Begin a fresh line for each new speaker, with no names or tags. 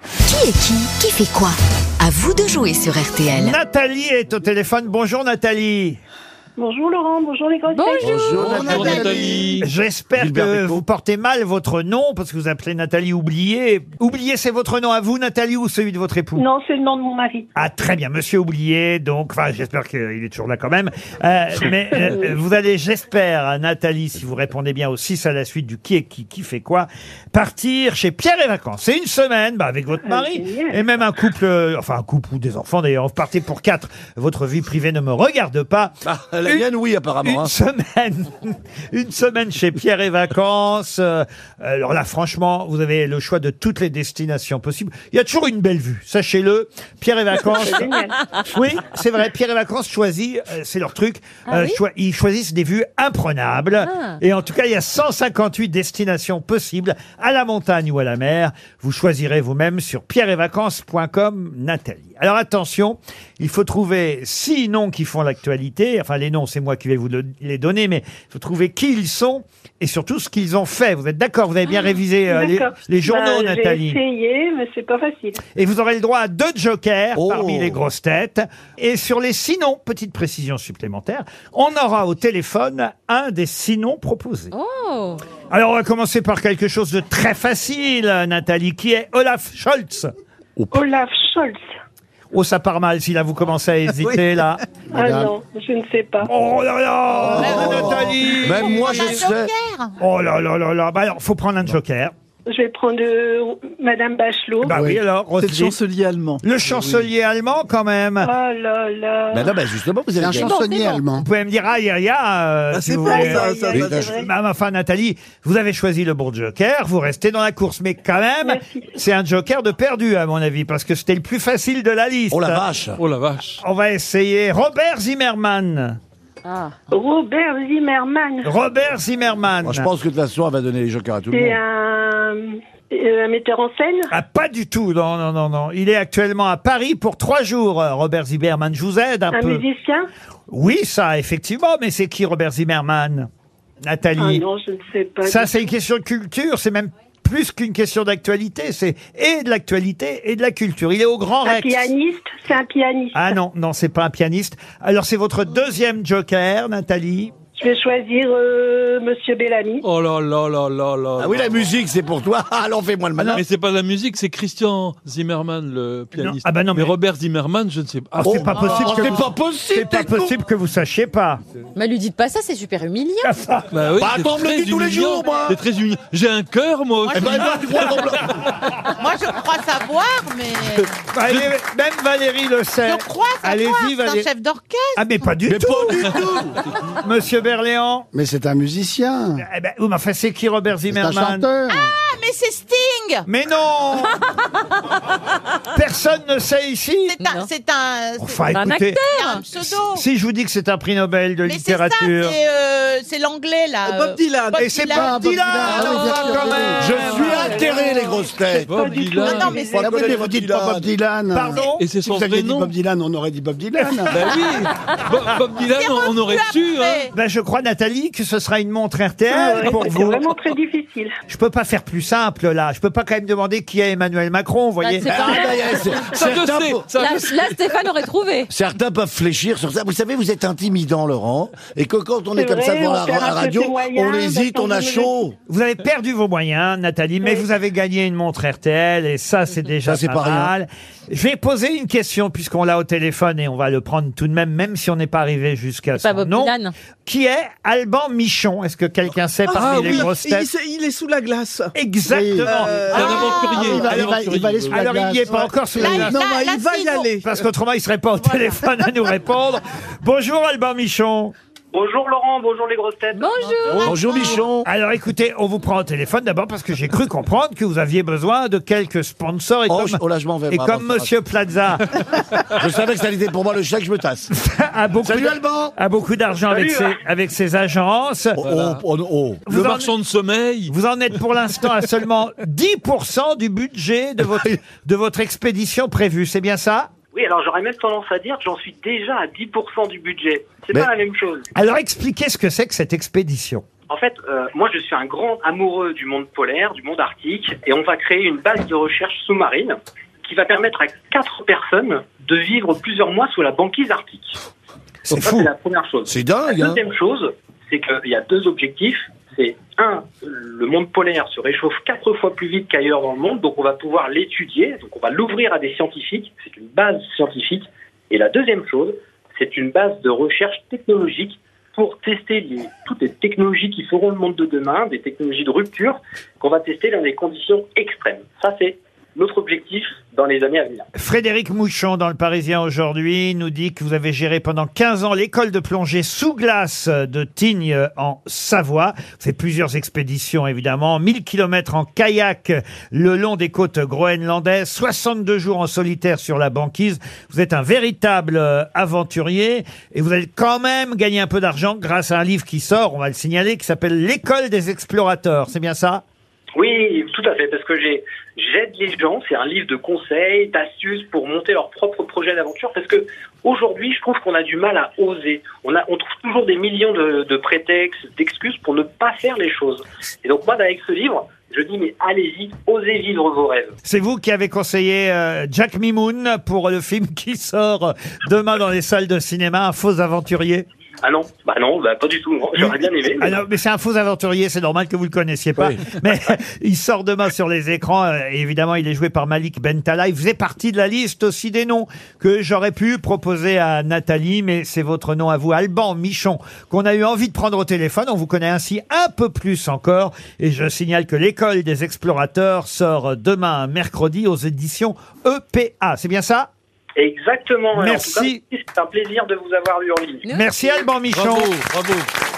Qui est qui Qui fait quoi À vous de jouer sur RTL.
Nathalie est au téléphone. Bonjour Nathalie.
Bonjour Laurent, bonjour les grosses têtes.
Bonjour
Nathalie.
J'espère
Gilbert
que
Bécaud.
vous portez mal votre nom parce que vous appelez Nathalie Oublié. Oublié, c'est votre nom à vous Nathalie ou celui de votre époux
Non, c'est le nom de mon mari.
Ah très bien, Monsieur Oublié, donc, enfin j'espère qu'il est toujours là quand même. Euh, mais euh, vous allez, j'espère, Nathalie, si vous répondez bien au 6 à la suite du qui est qui, qui fait quoi, partir chez Pierre et Vacances. C'est une semaine bah, avec votre mari
Ah, génial.
et même un couple, euh, enfin un couple ou des enfants d'ailleurs, vous partez pour quatre. Votre vie privée ne me regarde pas.
Ah, la mienne, oui, apparemment.
Une
hein.
semaine, une semaine chez Pierre et Vacances. Euh, alors là, franchement, vous avez le choix de toutes les destinations possibles. Il y a toujours une belle vue, sachez-le. Pierre et Vacances.
Génial.
oui, c'est vrai. Pierre et Vacances choisit, euh, c'est leur truc. euh, choi- ils choisissent des vues imprenables. Et en tout cas, il y a 158 destinations possibles à la montagne ou à la mer. Vous choisirez vous-même sur pierreetvacances.com, Nathalie. Alors attention, il faut trouver six noms qui font l'actualité. Enfin, les noms, c'est moi qui vais vous le- les donner, mais il faut trouver qui ils sont et surtout ce qu'ils ont fait. Vous êtes d'accord Vous avez bien révisé euh, les,
Ah, D'accord.
les journaux,
Bah,
Nathalie
J'ai essayé, mais c'est pas facile.
et vous aurez le droit à deux jokers
Oh.
parmi les grosses têtes. Et sur les six noms, petite précision supplémentaire, on aura au téléphone un des six noms proposés.
Oh
Alors on va commencer par quelque chose de très facile, Nathalie, qui est Olaf Scholz.
Olaf Scholz.
Oh, ça part mal si là vous commencez à hésiter, là.
Ah non, je ne sais pas.
Oh là là Oh, Nathalie
Même moi, je sais.
Oh là là là là Bah alors, faut prendre un joker.
Je vais prendre euh, Madame Bachelot.
Bah oui, alors,
C'est le
Roselyne.
chancelier allemand.
Le chancelier allemand, quand même.
Ah là là.
Ben non, ben justement, vous
C'est
avez
un
gagné.
chansonnier
bon.
allemand.
Vous pouvez me dire, ah, il y a, il y a, euh,
Ah,
si
c'est
vous
pas
voulez.
ça,
Aïe, aïe,
oui,
aïe,
bah,
c'est vrai.
Ma- ma- Enfin, Nathalie, vous avez choisi le bon joker, vous restez dans la course, mais quand même,
Merci.
c'est un joker de perdu, à mon avis, parce que c'était le plus facile de la liste.
Oh la vache
Oh la vache.
On va essayer Robert Zimmerman.
Robert Zimmerman.
Robert Zimmerman.
Moi, Je pense que de toute façon, elle va donner les jokers à tout le
C'est
monde.
un, euh, un metteur en scène.
Ah, pas du tout, non, non, non, non. Il est actuellement à Paris pour trois jours, euh, Robert Zimmerman. Je vous aide un,
Un
peu.
musicien.
Oui, ça, effectivement, mais c'est qui Robert Zimmerman
Ah
Nathalie.
non, je ne sais pas.
Ça, c'est une question de culture, c'est même plus qu'une question d'actualité, c'est et de l'actualité et de la culture. Il est au Grand
un
Rex.
pianiste. C'est un pianiste.
Ah non, non, c'est pas un pianiste. Alors, c'est votre deuxième joker, Nathalie.
Je vais choisir euh, Monsieur Bellamy.
Oh là là là là là.
Ah oui, la musique, c'est pour toi. Alors fais-moi le malin.
Ah Mais c'est pas la musique, c'est Christian Zimmerman, le pianiste.
Ah bah non,
mais...
mais-
Robert Zimmerman, je ne sais pas.
Ah, c'est pas possible
Oh,
que
c'est
vous...
pas possible,
c'est pas
t'es con.
possible que vous sachiez pas.
Mais lui dites pas ça, c'est super humiliant.
bah oui,
Bah,
c'est
attends, on me le
très
dit tous les
humiliant.
jours, moi.
C'est très humiliant. J'ai un cœur, moi aussi.
Eh ben, non, tu crois qu'on me l'a-
Moi, je crois savoir, mais
Allez, même Valérie le sait.
je crois savoir.
Euh, Allez-y,
C'est un
Valérie.
chef d'orchestre.
Ah, mais pas du
Mais
tout,
pas du tout
Monsieur Berléand.
Mais c'est un musicien.
Eh ben, oui, mais enfin, c'est qui Robert
C'est un
Zimmerman
chanteur.
Ah, mais c'est Sting.
Mais non Personne ne sait ici.
C'est un, c'est un, c'est
Enfin,
un
écoutez,
un
Ah,
pseudo.
Oh. si je vous dis que c'est un prix Nobel de
mais c'est ça,
littérature.
c'est euh, c'est l'anglais là. euh,
Bob Dylan.
Bob
Et c'est pas
Bob
Dylan,
Ah,
Ah,
Dylan, Ah
on
oui, bien
va quand
sûr.
même.
Je suis atterré, les grosses têtes
Bob
du tout.
Dylan.
Non, non, mais c'est-
Ah oui, mais vous dites pas Bob Dylan.
Pardon
Et c'est
Si
son
vous
vrai
aviez dit
nom.
Bob Dylan, on aurait dit Bob Dylan.
Bah oui. Bob, Bob Dylan, on, on aurait su. Hein.
mais-
ben, Je crois, Nathalie, que ce sera une montre
Ah
RTL
ouais,
pour
C'est
vous.
vraiment très difficile.
Je peux pas faire plus simple, là. Je peux pas quand même demander qui est Emmanuel Macron, vous voyez.
c'est pas-
Ah, ben, eh, c'est-
Ça, je
certains
sais.
pour-
Ça,
Là,
je sais.
là, Stéphane aurait trouvé.
Certains peuvent fléchir sur ça. Vous savez, vous êtes intimidant, Laurent. Et que quand on est,
C'est
comme ça
vrai,
devant
on
la,
perd un
la
peu
radio,
ses moyens,
on hésite,
d'attendre
on a
une minute.
chaud.
Vous avez perdu vos moyens, Nathalie, mais
Oui.
vous avez gagné une montre RTL et ça, c'est déjà
Ça, c'est
pas,
pas rien.
mal. Je vais poser une question puisqu'on l'a au téléphone et on va le prendre tout de même, même si on n'est pas arrivé jusqu'à
Pas
son
Bob
nom.
Dylan.
Qui est Alban Michon Est-ce que quelqu'un sait parmi les grosses
Ah il,
têtes
se- il est sous la glace.
Exactement. Ah.
C'est un aventurier.
il, va,
un
il va- il va aller sous
aventurier.
Ah. la
Alors, il
glace.
n'y est pas encore sous la
Là,
glace.
Non,
Là,
mais
là,
il va
si,
y
non.
aller.
Parce qu'autrement, il serait pas au téléphone à nous répondre. Bonjour, Alban Michon.
Bonjour Laurent, bonjour les grosses têtes.
Bonjour.
Bonjour, Michon.
Alors, écoutez, on vous prend au téléphone d'abord parce que j'ai cru comprendre que vous aviez besoin de quelques sponsors. Et
Oh,
comme,
je- oh là, je m'en vais.
et
bravo,
comme
ça
Monsieur Plaza
Je savais que ça allait être pour moi le chèque, je me tasse.
a beaucoup,
Salut, Alban
a beaucoup d'argent avec ses,
Salut.
avec ses agences,
Oh, oh, oh, oh.
Le
Vous en-
marchand de sommeil.
vous en êtes pour l'instant à seulement 10% du budget de votre, de votre expédition prévue. C'est bien ça
Oui, alors j'aurais même tendance à dire que j'en suis déjà à 10% du budget. C'est
Mais-
pas la même chose.
Alors, expliquez ce que c'est que cette expédition.
En fait, euh, moi je suis un grand amoureux du monde polaire, du monde arctique, et on va créer une base de recherche sous-marine qui va permettre à quatre personnes de vivre plusieurs mois sous la banquise arctique.
C'est
Donc ça,
fou.
C'est la première chose.
C'est dingue,
La
hein
deuxième chose, c'est qu'il y a deux objectifs. C'est un, le monde polaire se réchauffe quatre fois plus vite qu'ailleurs dans le monde, donc on va pouvoir l'étudier, donc on va l'ouvrir à des scientifiques. C'est une base scientifique. Et la deuxième chose, c'est une base de recherche technologique pour tester les- toutes les technologies qui feront le monde de demain, des technologies de rupture qu'on va tester dans des conditions extrêmes. Ça, c'est notre objectif dans les années à venir.
Frédéric Mouchon, dans le Parisien aujourd'hui, nous dit que vous avez géré pendant 15 ans l'école de plongée sous glace de Tignes euh, en Savoie. C'est plusieurs expéditions, évidemment. 1000 km en kayak le long des côtes groenlandaises, 62 jours en solitaire sur la banquise. Vous êtes un véritable euh, aventurier et vous allez quand même gagner un peu d'argent grâce à un livre qui sort, on va le signaler, qui s'appelle L'école des explorateurs. C'est bien ça
Oui, tout à fait, parce que j'ai j'aide les gens. C'est un livre de conseils, d'astuces pour monter leur propre projet d'aventure. Parce que aujourd'hui, je trouve qu'on a du mal à oser. On a, on trouve toujours des millions de, de prétextes, d'excuses pour ne pas faire les choses. Et donc moi, avec ce livre, je dis mais allez-y, osez vivre vos rêves.
C'est vous qui avez conseillé euh, Jack Mimoun pour le film qui sort demain dans les salles de cinéma, un faux aventurier.
Ah non, bah non, bah pas du tout. non. J'aurais bien aimé. mais-
Ah non, mais c'est un faux aventurier, c'est normal que vous le connaissiez pas. Mais il sort demain sur les écrans. euh, et évidemment, il est joué par Malik Bentala. Il faisait partie de la liste aussi des noms que j'aurais pu proposer à Nathalie, mais c'est votre nom à vous, Alban Michon, qu'on a eu envie de prendre au téléphone. On vous connaît ainsi un peu plus encore. Et je signale que l'école des explorateurs sort demain, mercredi, aux éditions EPA. C'est bien ça?
Exactement. Et en
Merci.
tout cas, C'est un plaisir de vous avoir eu en ligne.
Merci Alban Michon.
bravo.